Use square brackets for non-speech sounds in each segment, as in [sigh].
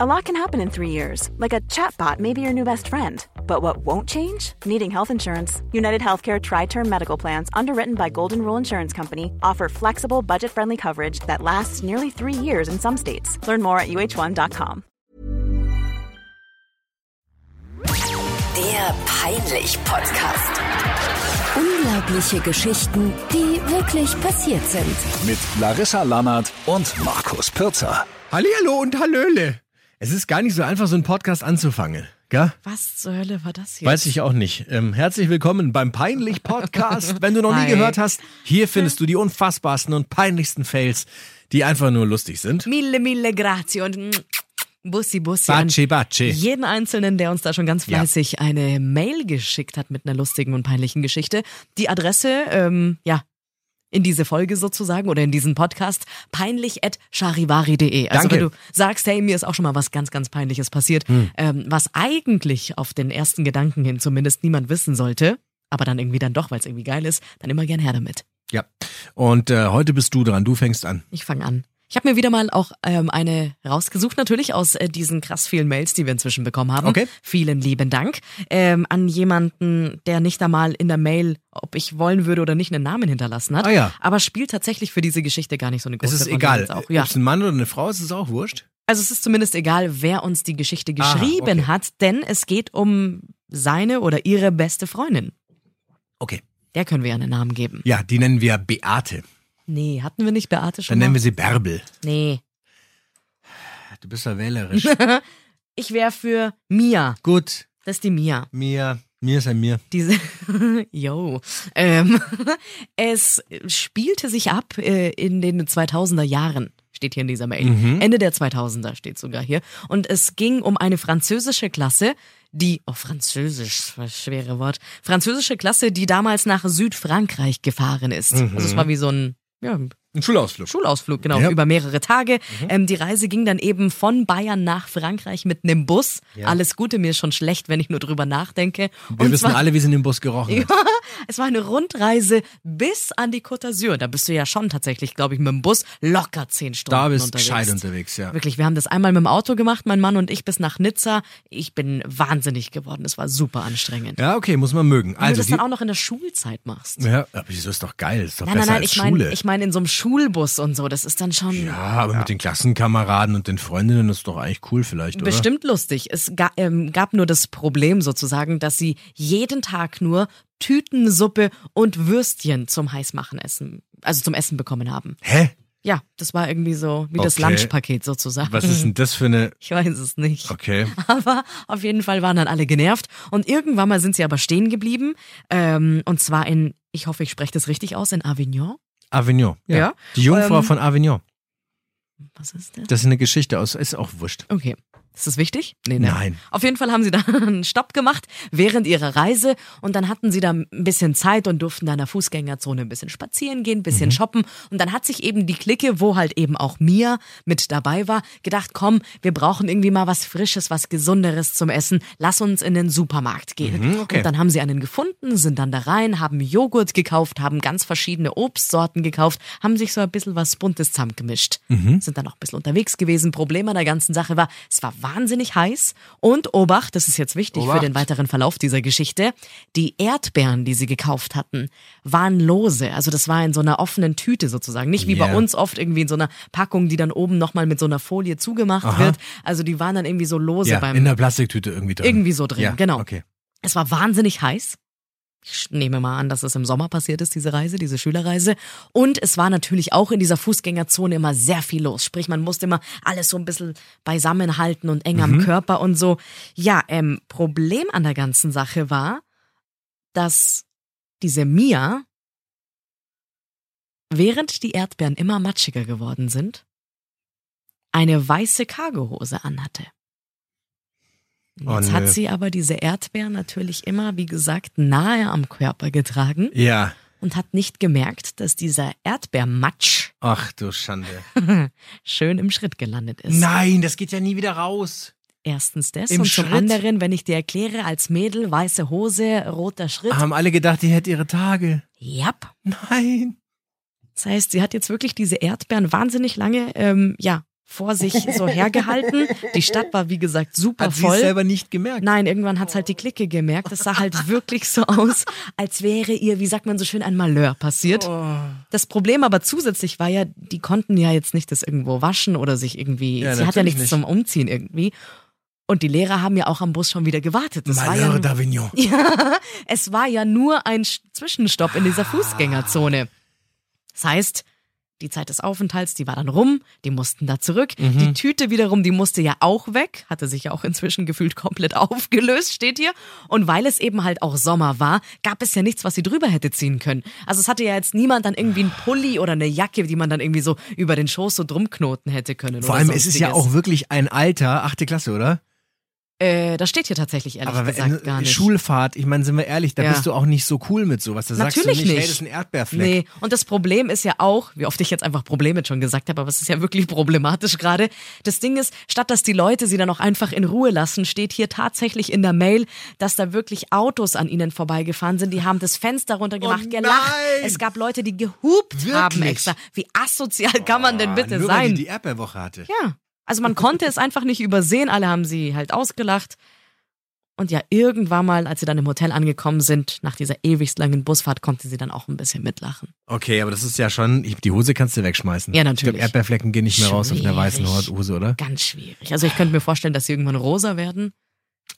A lot can happen in three years, like a chatbot may be your new best friend. But what won't change? Needing health insurance. United Healthcare Tri Term Medical Plans, underwritten by Golden Rule Insurance Company, offer flexible, budget friendly coverage that lasts nearly three years in some states. Learn more at uh1.com. Der Peinlich-Podcast. Unglaubliche Geschichten, die wirklich passiert sind. Mit Larissa Lannert und Markus Pirzer. Hallihallo und Hallöle. Es ist gar nicht so einfach, so einen Podcast anzufangen. Gell? Was zur Hölle war das hier? Weiß ich auch nicht. Ähm, herzlich willkommen beim Peinlich Podcast. Wenn du noch nie Hi. gehört hast, hier findest du die unfassbarsten und peinlichsten Fails, die einfach nur lustig sind. Mille, mille grazie und mm, bussi, bussi an Batschi, batschi. jeden Einzelnen, der uns da schon ganz Ja. fleißig eine Mail geschickt hat mit einer lustigen und peinlichen Geschichte. Die Adresse, ähm, ja, in diese Folge sozusagen oder in diesen Podcast, peinlich.charivari.de. Also Danke. Hm. wenn du sagst, hey, mir ist auch schon mal was ganz, ganz Peinliches passiert, ähm, was eigentlich auf den ersten Gedanken hin zumindest niemand wissen sollte, aber dann irgendwie dann doch, weil es irgendwie geil ist, dann immer gern her damit. Ja. Und äh, heute bist du dran. Du fängst an. Ich fange an. Ich habe mir wieder mal auch ähm, eine rausgesucht, natürlich aus äh, diesen krass vielen Mails, die wir inzwischen bekommen haben. Okay. Vielen lieben Dank ähm, an jemanden, der nicht einmal in der Mail, ob ich wollen würde oder nicht, einen Namen hinterlassen hat. Ah ja. Aber spielt tatsächlich für diese Geschichte gar nicht so eine Es große ist Konsequenz egal. Auch. Ja. Ob es ein Mann oder eine Frau ist, ist auch wurscht. Also es ist zumindest egal, wer uns die Geschichte Aha, geschrieben Ah, okay. hat, denn es geht um seine oder ihre beste Freundin. Okay. Der können wir ja einen Namen geben. Ja, die nennen wir Beate. Nee, hatten wir nicht Beate schon Dann nennen mal? wir sie Bärbel. nee. Du bist ja [laughs] wählerisch. Ich wäre für Mia. Gut. Das ist die Mia. Mir, mir ist ein mir. diese [laughs] yo ähm, [laughs] es spielte sich ab äh, in den 2000er Jahren steht hier in dieser Mail Mhm. Ende der 2000er steht sogar hier und es ging um eine französische Klasse die oh französisch das schwere Wort französische Klasse die damals nach Südfrankreich gefahren ist also es war wie so ein ja, Ein Schulausflug. Schulausflug, genau, Mhm. Ja. Mhm. über mehrere Tage. Ähm, die Reise ging dann eben von Bayern nach Frankreich mit einem Bus. Alles Gute, mir ist schon schlecht, wenn ich nur drüber nachdenke. Wir wissen alle, wie sie in den Bus gerochen hat. [laughs] Es war eine Rundreise bis an die Côte d'Azur. Da bist du ja schon tatsächlich, glaube ich, mit dem Bus locker zehn Stunden Da bist du unterwegs. gescheit unterwegs, ja. Wirklich, wir haben das einmal mit dem Auto gemacht, mein Mann und ich, bis nach Nizza. Ich bin wahnsinnig geworden. Es war super anstrengend. Ja, okay, muss man mögen. Wenn du Also das die, dann auch noch in der Schulzeit machst. ja, aber wieso ist doch geil, ist doch Nein, nein, besser nein, als ich meine Schule. ich mein in so einem Schulbus und so. Das ist dann schon ja, aber mit den Klassenkameraden und den Freundinnen ist doch eigentlich cool vielleicht, oder? bestimmt lustig. Es ga, ähm, gab nur das Problem sozusagen, dass sie jeden Tag nur Tütensuppe und Würstchen zum Heißmachen essen, also zum Essen bekommen haben. Hä? Ja, das war irgendwie so wie das Okay. Lunchpaket sozusagen. Was ist denn das für eine Ich weiß es nicht. Okay. [laughs] Aber auf jeden Fall waren dann alle genervt. Und irgendwann mal sind sie aber stehen geblieben. Ähm, und zwar in, ich hoffe, ich spreche das richtig aus, in Avignon. Avignon. Ja. Die Jungfrau Ähm, von Avignon. Was ist das? Das ist eine Geschichte aus ist auch wurscht. Okay. Ist das wichtig? Nee, ne? Nein. Auf jeden Fall haben sie [laughs] da einen Stopp gemacht während ihrer Reise und dann hatten sie da ein bisschen Zeit und durften da in der Fußgängerzone ein bisschen spazieren gehen, ein Mhm. bisschen shoppen und dann hat sich eben die Clique, wo halt eben auch Mia mit dabei war, gedacht, komm, wir brauchen irgendwie mal was Frisches, was Gesunderes zum Essen, lass uns in den Supermarkt gehen. Mhm, okay. Und dann haben sie einen gefunden, sind dann da rein, haben Joghurt gekauft, haben ganz verschiedene Obstsorten gekauft, haben sich so ein bisschen was Buntes zusammengemischt. Mhm. Sind dann auch ein bisschen unterwegs gewesen. Problem an der ganzen Sache war, es war wahnsinnig heiß und Obacht, das ist jetzt wichtig Obacht. für den weiteren Verlauf dieser Geschichte, die Erdbeeren, die sie gekauft hatten, waren lose. Also das war in so einer offenen Tüte sozusagen. Nicht wie Ja. bei uns oft irgendwie in so einer Packung, die dann oben nochmal mit so einer Folie zugemacht wird. Also die waren dann irgendwie so lose Ja, beim in der Plastiktüte irgendwie drin. irgendwie so drin, ja, genau. Okay. Es war wahnsinnig heiß. Ich nehme mal an, dass es im Sommer passiert ist, diese Reise, diese Schülerreise. Und es war natürlich auch in dieser Fußgängerzone immer sehr viel los. Sprich, man musste immer alles so ein bisschen beisammen halten und eng am Körper und so. Ja, ähm, Problem an der ganzen Sache war, dass diese Mia, während die Erdbeeren immer matschiger geworden sind, eine weiße Cargohose anhatte. Und Oh, Jetzt nö. hat sie aber diese Erdbeeren natürlich immer, wie gesagt, nahe am Körper getragen Ja. und hat nicht gemerkt, dass dieser Erdbeermatsch Ach du [laughs] Schande. schön im Schritt gelandet ist. Nein, das geht ja nie wieder raus. Erstens das Im und zum Schritt? anderen, wenn ich dir erkläre, als Mädel weiße Hose, roter Schritt. Haben alle gedacht, die hätte ihre Tage. Yep. Nein. Das heißt, sie hat jetzt wirklich diese Erdbeeren wahnsinnig lange ähm, ja, vor sich so hergehalten. Die Stadt war, wie gesagt, super Hat sie voll. es selber nicht gemerkt. Nein, irgendwann hat's Oh. halt die Clique gemerkt. Es sah [laughs] halt wirklich so aus, als wäre ihr, wie sagt man so schön, ein Malheur passiert. Oh. Das Problem aber zusätzlich war ja, die konnten ja jetzt nicht das irgendwo waschen oder sich irgendwie. Ja, sie hat ja natürlich nichts nicht. zum Umziehen irgendwie. Und die Lehrer haben ja auch am Bus schon wieder gewartet. Das war Malheur ja, d'Avignon. ja, es war ja nur ein Sch- Zwischenstopp in dieser Fußgängerzone. Das heißt, die Zeit des Aufenthalts, die war dann rum, die mussten da zurück. Mhm. Die Tüte wiederum, die musste ja auch weg, hatte sich ja auch inzwischen gefühlt komplett [laughs] aufgelöst, steht hier. Und weil es eben halt auch Sommer war, gab es ja nichts, was sie drüber hätte ziehen können. Also es hatte ja jetzt niemand dann irgendwie einen Pulli oder eine Jacke, die man dann irgendwie so über den Schoß so drum knoten hätte können. Vor oder allem, es ist ja sonstiges. auch wirklich ein Alter, achte Klasse, oder? Äh, das steht hier tatsächlich ehrlich Aber äh, gesagt wenn- gar nicht. Schulfahrt, ich meine, sind wir ehrlich, da Ja. bist du auch nicht so cool mit sowas. Da Natürlich sagst du nicht, hey, nicht. das ist ein Erdbeerfleck. Nee, und das Problem ist ja auch, wie oft ich jetzt einfach Probleme schon gesagt habe, aber es ist ja wirklich problematisch gerade. Das Ding ist, statt dass die Leute sie dann auch einfach in Ruhe lassen, steht hier tatsächlich in der Mail, dass da wirklich Autos an ihnen vorbeigefahren sind. Die haben das Fenster runtergemacht, Oh gelacht. nein! Es gab Leute, die gehupt haben Wirklich? Oh, extra. Wie asozial kann man denn bitte Nur Weil sein? die, die Erdbeerwoche hatte. Ja. Also man konnte es einfach nicht übersehen. Alle haben sie halt ausgelacht. Und ja, irgendwann mal, als sie dann im Hotel angekommen sind, nach dieser ewigst langen Busfahrt, konnte sie dann auch ein bisschen mitlachen. Okay, aber das ist ja schon, ich, die Hose kannst du wegschmeißen. Ja, Ich glaube, natürlich. Erdbeerflecken gehen nicht mehr raus auf einer weißen Schwierig. Hose, oder? Ganz schwierig. Also ich könnte mir vorstellen, dass sie irgendwann rosa werden.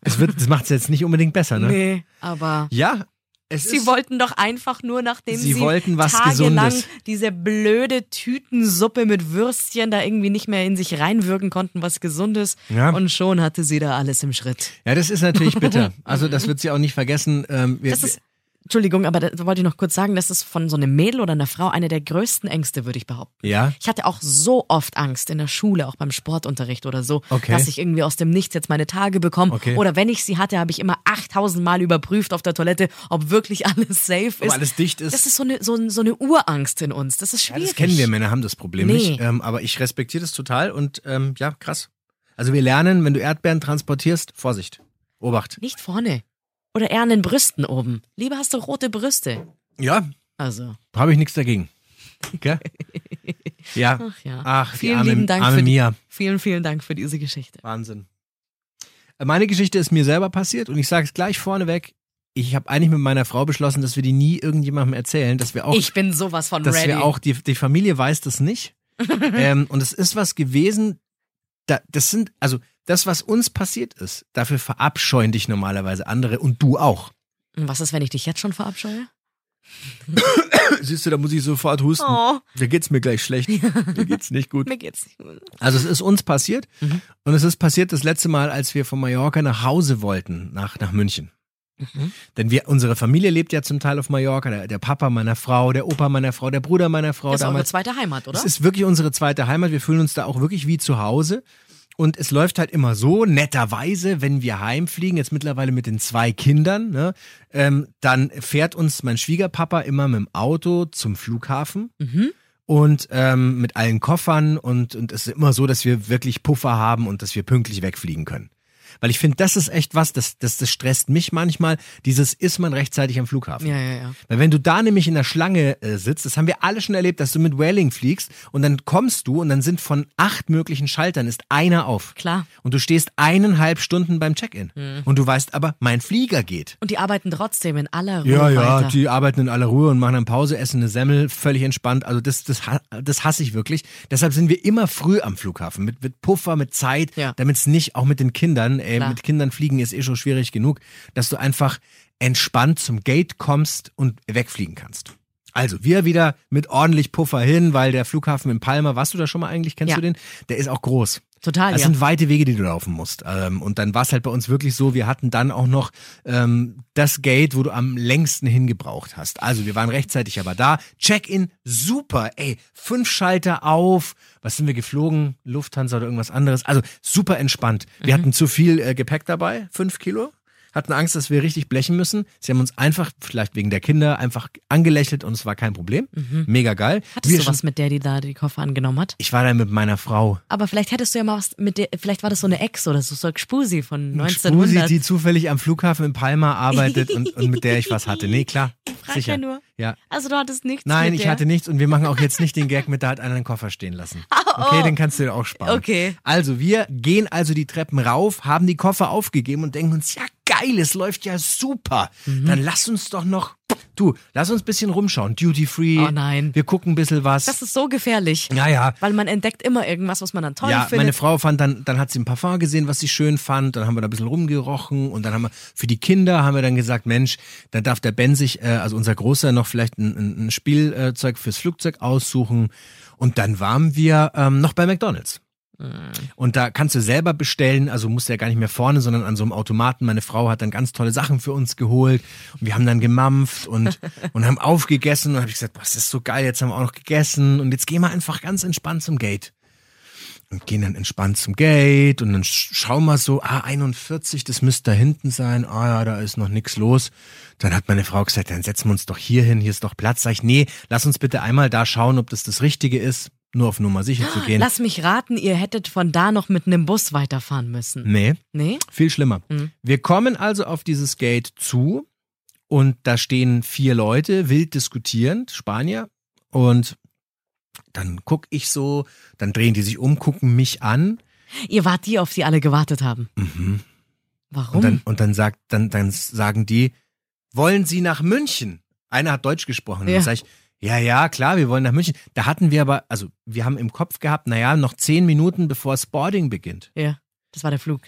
Es wird, das macht es jetzt nicht unbedingt besser, ne? Nee. Aber Ja, es sie ist, wollten doch einfach nur, nachdem Sie sie, wollten was tagelang Gesundes. diese blöde Tütensuppe mit Würstchen da irgendwie nicht mehr in sich reinwirken konnten, was Gesundes. Ja. Und schon hatte sie da alles im Schritt. ja, das ist natürlich [laughs] bitter. Also das wird sie auch nicht vergessen. Ähm, wir, Das ist, Entschuldigung, aber da wollte ich noch kurz sagen, das ist von so einem Mädel oder einer Frau eine der größten Ängste, würde ich behaupten. ja, Ich hatte auch so oft Angst in der Schule, auch beim Sportunterricht oder so, Okay. dass ich irgendwie aus dem Nichts jetzt meine Tage bekomme. Okay. Oder wenn ich sie hatte, habe ich immer 8000 Mal überprüft auf der Toilette, ob wirklich alles safe ist. Ob alles dicht ist. Das ist so eine, so, ein- so eine Urangst in uns. Das ist ja, schwierig. das kennen wir Männer, haben das Problem Nee. nicht. Ähm, aber ich respektiere das total und ähm, ja, krass. Also wir lernen, wenn du Erdbeeren transportierst, Vorsicht, Obacht. Nicht vorne. Oder eher an den Brüsten oben. Lieber hast du rote Brüste. Ja, Also, habe ich nichts dagegen. [laughs] Gell? Ja. ach ja. Ach, die vielen arme, lieben Dank arme für die, Mia. Vielen, vielen Dank für diese Geschichte. Wahnsinn. Meine Geschichte ist mir selber passiert und ich sage es gleich vorneweg. Ich habe eigentlich mit meiner Frau beschlossen, dass wir die nie irgendjemandem erzählen, dass wir auch, ich bin sowas von dass ready. wir auch die, die Familie weiß das nicht. ähm, und es ist was gewesen. Da, das sind also das, was uns passiert ist. Dafür verabscheuen dich normalerweise andere und du auch. Und was ist, wenn ich dich jetzt schon verabscheue? Äh, Siehst du, da muss ich sofort husten. Da geht's mir gleich schlecht. Mir geht's nicht gut. mir geht's nicht gut. Also es ist uns passiert und es ist passiert das letzte Mal, als wir von Mallorca nach Hause wollten, nach, nach München. Denn wir, unsere Familie lebt ja zum Teil auf Mallorca. Der, der Papa meiner Frau, der Opa meiner Frau, der Bruder meiner Frau Das ist eure damals. zweite Heimat, oder? Es ist wirklich unsere zweite Heimat. Wir fühlen uns da auch wirklich wie zu Hause. Und es läuft halt immer so, netterweise, wenn wir heimfliegen, jetzt mittlerweile mit den zwei Kindern, ne, ähm, dann fährt uns mein Schwiegerpapa immer mit dem Auto zum Flughafen. Mhm. Und ähm, mit allen Koffern und, und es ist immer so, dass wir wirklich Puffer haben und dass wir pünktlich wegfliegen können. Weil ich finde, das ist echt was, das, das, das stresst mich manchmal, dieses ist man rechtzeitig am Flughafen. ja, ja, ja. Weil wenn du da nämlich in der Schlange äh, sitzt, das haben wir alle schon erlebt, dass du mit Wailing fliegst und dann kommst du und dann sind von acht möglichen Schaltern ist einer auf. Klar. Und du stehst eineinhalb Stunden beim Check-in. Und du weißt aber, mein Flieger geht. Und die arbeiten trotzdem in aller Ruhe Ja, ja, weiter. die arbeiten in aller Ruhe und machen dann Pause, essen eine Semmel, völlig entspannt. Also das, das, ha- das hasse ich wirklich. Deshalb sind wir immer früh am Flughafen, mit, mit Puffer, mit Zeit, Ja. damit es nicht, auch mit den Kindern, ey, Klar. mit Kindern fliegen ist eh schon schwierig genug, dass du einfach entspannt zum Gate kommst und wegfliegen kannst. Also, wir wieder mit ordentlich Puffer hin, weil der Flughafen in Palma, warst du da schon mal eigentlich, kennst Ja. du den? Der ist auch groß. Total, Das Ah, ja. sind weite Wege, die du laufen musst. Ähm, und dann war es halt bei uns wirklich so, wir hatten dann auch noch ähm, das Gate, wo du am längsten hingebraucht hast. Also wir waren rechtzeitig aber da. Check-in, super, ey. Fünf Schalter auf. Was sind wir geflogen? Lufthansa oder irgendwas anderes. Also super entspannt. Wir Mhm. hatten zu viel äh, Gepäck dabei, fünf Kilo. Hatten Angst, dass wir richtig blechen müssen. Sie haben uns einfach, vielleicht wegen der Kinder, einfach angelächelt und es war kein Problem. Mega geil. Mhm. Hattest Wir du schon- was mit der, die da die Koffer angenommen hat? Ich war da mit meiner Frau. Aber vielleicht hättest du ja mal was mit der, vielleicht war das so eine Ex oder so, so ein Gspusi von Spusi, 1900. die zufällig am Flughafen in Palma arbeitet und, und mit der ich was hatte. Nee, [laughs] klar. frag sicher. ja nur. Ja. also du hattest nichts Nein, mit ich der. [laughs] hatte nichts und wir machen auch jetzt nicht den Gag mit, da hat einer einen Koffer stehen lassen. Okay, den kannst du dir auch sparen. Ah, oh. Okay. Also, wir gehen also die Treppen rauf, haben die Koffer aufgegeben und denken uns, ja geil, es läuft ja super. Mhm. Dann lass uns doch noch, du, lass uns ein bisschen rumschauen. Duty Free. Oh nein. Wir gucken ein bisschen was. Das ist so gefährlich. Ja, ja. Weil man entdeckt immer irgendwas, was man dann toll ja, findet. meine Frau fand dann, dann hat sie ein Parfum gesehen, was sie schön fand. Dann haben wir da ein bisschen rumgerochen und dann haben wir für die Kinder haben wir dann gesagt, Mensch, dann darf der Ben sich, äh, also unser Großer, noch vielleicht ein, ein, ein Spielzeug fürs Flugzeug aussuchen. Und dann waren wir ähm, noch bei McDonald's. Und da kannst du selber bestellen, also musst du ja gar nicht mehr vorne, sondern an so einem Automaten. Meine Frau hat dann ganz tolle Sachen für uns geholt und wir haben dann gemampft und, und haben aufgegessen und habe ich gesagt, boah, das ist so geil, jetzt haben wir auch noch gegessen und jetzt gehen wir einfach ganz entspannt zum Gate. Und gehen dann entspannt zum Gate und dann sch- schauen wir so, ah, 41, das müsste da hinten sein, ah ja, da ist noch nichts los. Dann hat meine Frau gesagt, dann setzen wir uns doch hier hin, hier ist doch Platz. Sag ich, nee, lass uns bitte einmal da schauen, ob das das Richtige ist, nur auf Nummer sicher zu gehen. Lass mich raten, ihr hättet von da noch mit einem Bus weiterfahren müssen. nee. Nee? Viel schlimmer. Wir kommen also auf dieses Gate zu und da stehen vier Leute, wild diskutierend, Spanier. Und dann guck ich so, dann drehen die sich um, gucken mich an. Ihr wart die, auf die alle gewartet haben. Mhm. Warum? Und dann, und dann sagt, dann, dann sagen die, wollen Sie nach München? Einer hat Deutsch gesprochen. Ja. Dann sag ich, ja, ja, klar, wir wollen nach München. Da hatten wir aber, also wir haben im Kopf gehabt, naja, noch zehn Minuten bevor Sporting beginnt. ja, das war der Flug.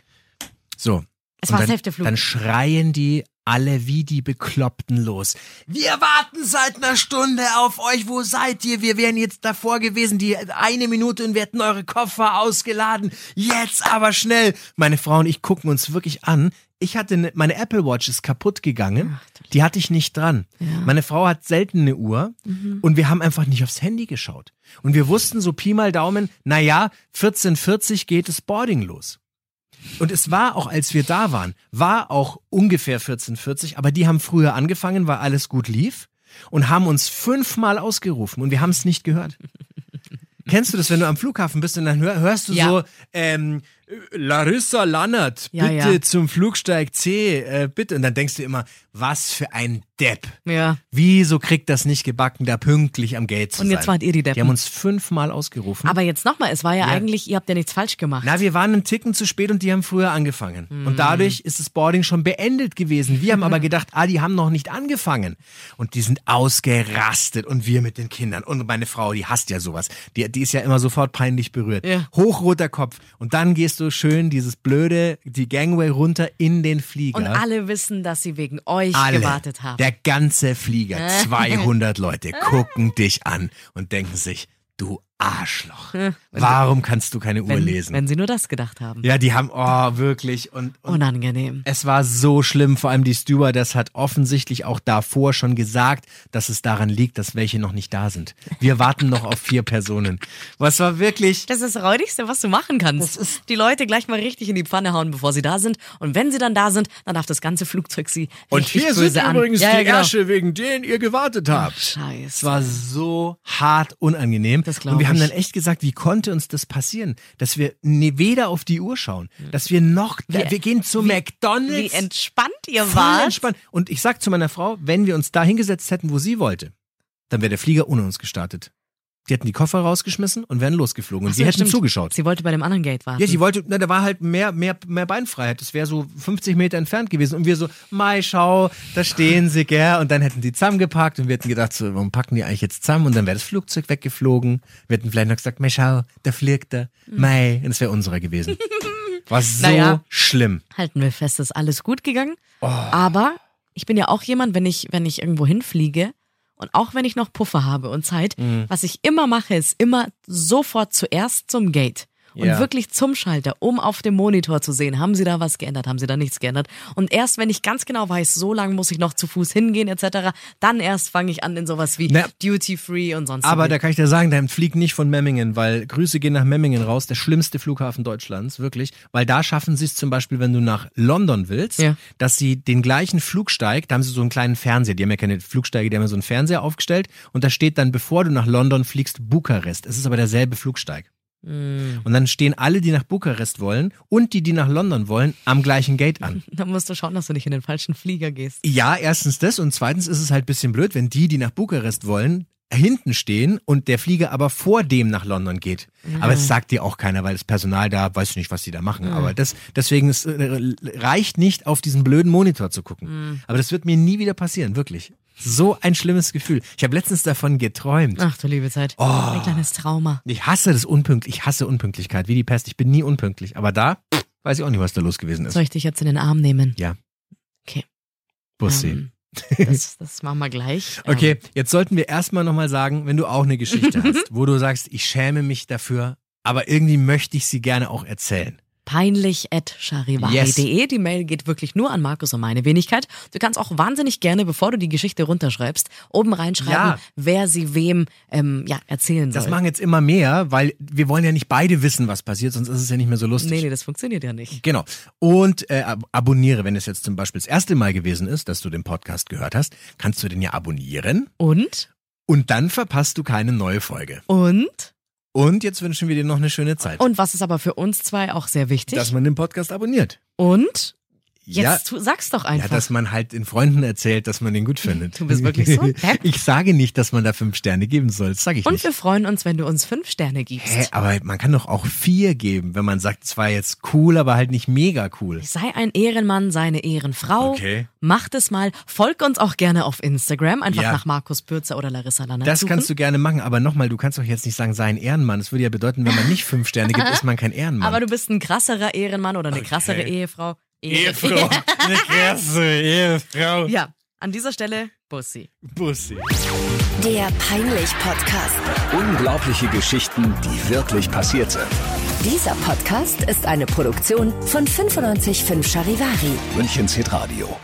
So. Es Und war dann, safe der Flug. Dann schreien die alle wie die Bekloppten los. Wir warten seit einer Stunde auf euch. Wo seid ihr? Wir wären jetzt davor gewesen, die eine Minute und wir hätten eure Koffer ausgeladen. Jetzt aber schnell. Meine Frau und ich gucken uns wirklich an. Ich hatte ne, meine Apple Watch ist kaputt gegangen. Ach, du die hatte ich nicht dran. Meine Frau hat selten eine Uhr Mhm. und wir haben einfach nicht aufs Handy geschaut. Und wir wussten so Pi mal Daumen, naja, 14.40 geht das Boarding los. Und es war auch, als wir da waren, war auch ungefähr 1440, aber die haben früher angefangen, weil alles gut lief und haben uns fünfmal ausgerufen und wir haben es nicht [laughs] gehört. Kennst du das, wenn du am Flughafen bist und dann hör, hörst du Ja. so, ähm, Larissa Lannert, Ja, bitte ja. zum Flugsteig C, äh, bitte. Und dann denkst du immer, was für ein Depp. Ja. Wieso kriegt das nicht gebacken, da pünktlich am Gate zu Und sein? jetzt wart ihr die Deppen. Die haben uns fünfmal ausgerufen. Aber jetzt nochmal, es war ja, eigentlich, ihr habt ja nichts falsch gemacht. Hm? Na, wir waren einen Ticken zu spät und die haben früher angefangen. Und dadurch ist das Boarding schon beendet gewesen. Wir [laughs] haben aber gedacht, ah, die haben noch nicht angefangen. Und die sind ausgerastet und wir mit den Kindern. Und meine Frau, die hasst ja sowas. Die, die ist ja immer sofort peinlich berührt. Ja. Hochroter Kopf. Und dann gehst du schön dieses blöde, die Gangway runter in den Flieger. Und alle wissen, dass sie wegen euch Alle. gewartet haben. Äh. Der ganze Flieger, [laughs] 200 Leute gucken dich an und denken sich, du Arschloch, warum kannst du keine Uhr wenn, lesen? wenn sie nur das gedacht haben. Ja, die haben, oh, wirklich. Und, und Unangenehm. es war so schlimm. Vor allem die Stewardess hat offensichtlich auch davor schon gesagt, dass es daran liegt, dass welche noch nicht da sind. Wir warten noch auf vier Personen. Was war wirklich. Das ist das Räudigste, was du machen kannst. die Leute gleich mal richtig in die Pfanne hauen, bevor sie da sind. Und wenn sie dann da sind, dann darf das ganze Flugzeug sie richtig böse an. ja, ja, genau. wegen denen ihr gewartet habt. Es Scheiße. war so hart unangenehm. Das glaub und wir haben ich. dann echt gesagt, wie konnte uns das passieren, dass wir ne, weder auf die Uhr schauen, dass wir noch, Hm. wir, gehen zu Wie McDonald's. entspannt ihr Voll wart. entspannt. Und ich sag zu meiner Frau, wenn wir uns da hingesetzt hätten, wo sie wollte, dann wäre der Flieger ohne uns gestartet. Die hätten die Koffer rausgeschmissen und wären losgeflogen. Und Ach so, sie hätten stimmt. zugeschaut. Sie wollte bei dem anderen Gate warten. Ja, die wollte, na, da war halt mehr, mehr, mehr Beinfreiheit. Das wäre so 50 Meter entfernt gewesen. Und wir so, Mai, schau, da stehen sie, gell. Und dann hätten die zusammengepackt und wir hätten gedacht, so, warum packen die eigentlich jetzt zusammen? Und dann wäre das Flugzeug weggeflogen. Wir hätten vielleicht noch gesagt, Mai, schau, da fliegt er. Mai. Und es wäre unserer [laughs] gewesen. War so Mhm. Naja. schlimm. halten wir fest, ist alles gut gegangen. Oh. Aber ich bin ja auch jemand, wenn ich, wenn ich irgendwo hinfliege und auch wenn ich noch Puffer habe und Zeit, Mhm. was ich immer mache, ist immer sofort zuerst zum Gate. Und Ja. wirklich zum Schalter, um auf dem Monitor zu sehen, haben sie da was geändert, haben sie da nichts geändert. Und erst wenn ich ganz genau weiß, so lange muss ich noch zu Fuß hingehen etc., dann erst fange ich an in sowas wie Na, Duty Free und sonst Aber da kann ich dir sagen, der fliegt nicht von Memmingen, weil Grüße gehen nach Memmingen raus, der schlimmste Flughafen Deutschlands, wirklich. Weil da schaffen sie es zum Beispiel, wenn du nach London willst, Ja. dass sie den gleichen Flugsteig, da haben sie so einen kleinen Fernseher, die haben ja keine Flugsteige, die haben ja so einen Fernseher aufgestellt und da steht dann, bevor du nach London fliegst, Bukarest. Es ist aber derselbe Flugsteig. Und dann stehen alle, die nach Bukarest wollen und die, die nach London wollen, am gleichen Gate an. da musst du schauen, dass du nicht in den falschen Flieger gehst. Ja, erstens das und zweitens ist es halt bisschen blöd, wenn die, die nach Bukarest wollen, hinten stehen und der Flieger aber vor dem nach London geht. Aber es sagt dir auch keiner, weil das Personal da, weiß ich nicht, was die da machen. Aber das, deswegen es äh, reicht nicht, auf diesen blöden Monitor zu gucken. Mhm. Aber das wird mir nie wieder passieren, wirklich. So ein schlimmes Gefühl. Ich habe letztens davon geträumt. Ach du liebe Zeit. Oh. Ein kleines Trauma. Ich hasse das Unpünktlich. Ich hasse Unpünktlichkeit wie die Pest. Ich bin nie unpünktlich. Aber da weiß ich auch nicht, was da los gewesen ist. Soll ich dich jetzt in den Arm nehmen? Ja. Okay. Bussi. [laughs] Ähm, das, das machen wir gleich. Ähm, Okay, jetzt sollten wir erstmal nochmal sagen, wenn du auch eine [laughs] Geschichte hast, wo du sagst, ich schäme mich dafür, aber irgendwie möchte ich sie gerne auch erzählen. peinlich at Yes. Die Mail geht wirklich nur an Markus und meine Wenigkeit. Du kannst auch wahnsinnig gerne, bevor du die Geschichte runterschreibst, oben reinschreiben, Ja. wer sie wem ähm, ja, erzählen soll. Das machen jetzt immer mehr, weil wir wollen ja nicht beide wissen, was passiert, sonst ist es ja nicht mehr so lustig. nee, nee, das funktioniert ja nicht. Genau. Und äh, ab abonniere, wenn es jetzt zum Beispiel das erste Mal gewesen ist, dass du den Podcast gehört hast, kannst du den ja abonnieren Und? und dann verpasst du keine neue Folge. Und? Und jetzt wünschen wir dir noch eine schöne Zeit, Und was ist aber für uns zwei auch sehr wichtig? dass man den Podcast abonniert. und? Jetzt ja, tu, sag's doch ja, einfach. dass man halt den Freunden erzählt, dass man den gut findet. Du bist wirklich [laughs] so ein Depp. Ich sage nicht, dass man da fünf Sterne geben soll. Das sage ich und nicht. wir freuen uns, wenn du uns fünf Sterne gibst. Hä, aber man kann doch auch vier geben, wenn man sagt, es war jetzt cool, aber halt nicht mega cool. Sei ein Ehrenmann, seine Ehrenfrau. Okay. Macht es mal. Folg uns auch gerne auf Instagram. Einfach Ja. nach Markus Bürzer oder Larissa Lanner. Das suchen. kannst du gerne machen, aber nochmal, du kannst doch jetzt nicht sagen, sei ein Ehrenmann. Das würde ja bedeuten, wenn man nicht fünf Sterne [laughs] gibt, ist man kein Ehrenmann. Aber du bist ein krasserer Ehrenmann oder eine krassere Ehefrau. Ehe- eine krasse Ehefrau. [laughs] ja, an dieser Stelle Bussi. Bussi. Der Peinlich-Podcast. Unglaubliche Geschichten, die wirklich passiert sind. Dieser Podcast ist eine Produktion von 955 Charivari. Münchens Hitradio.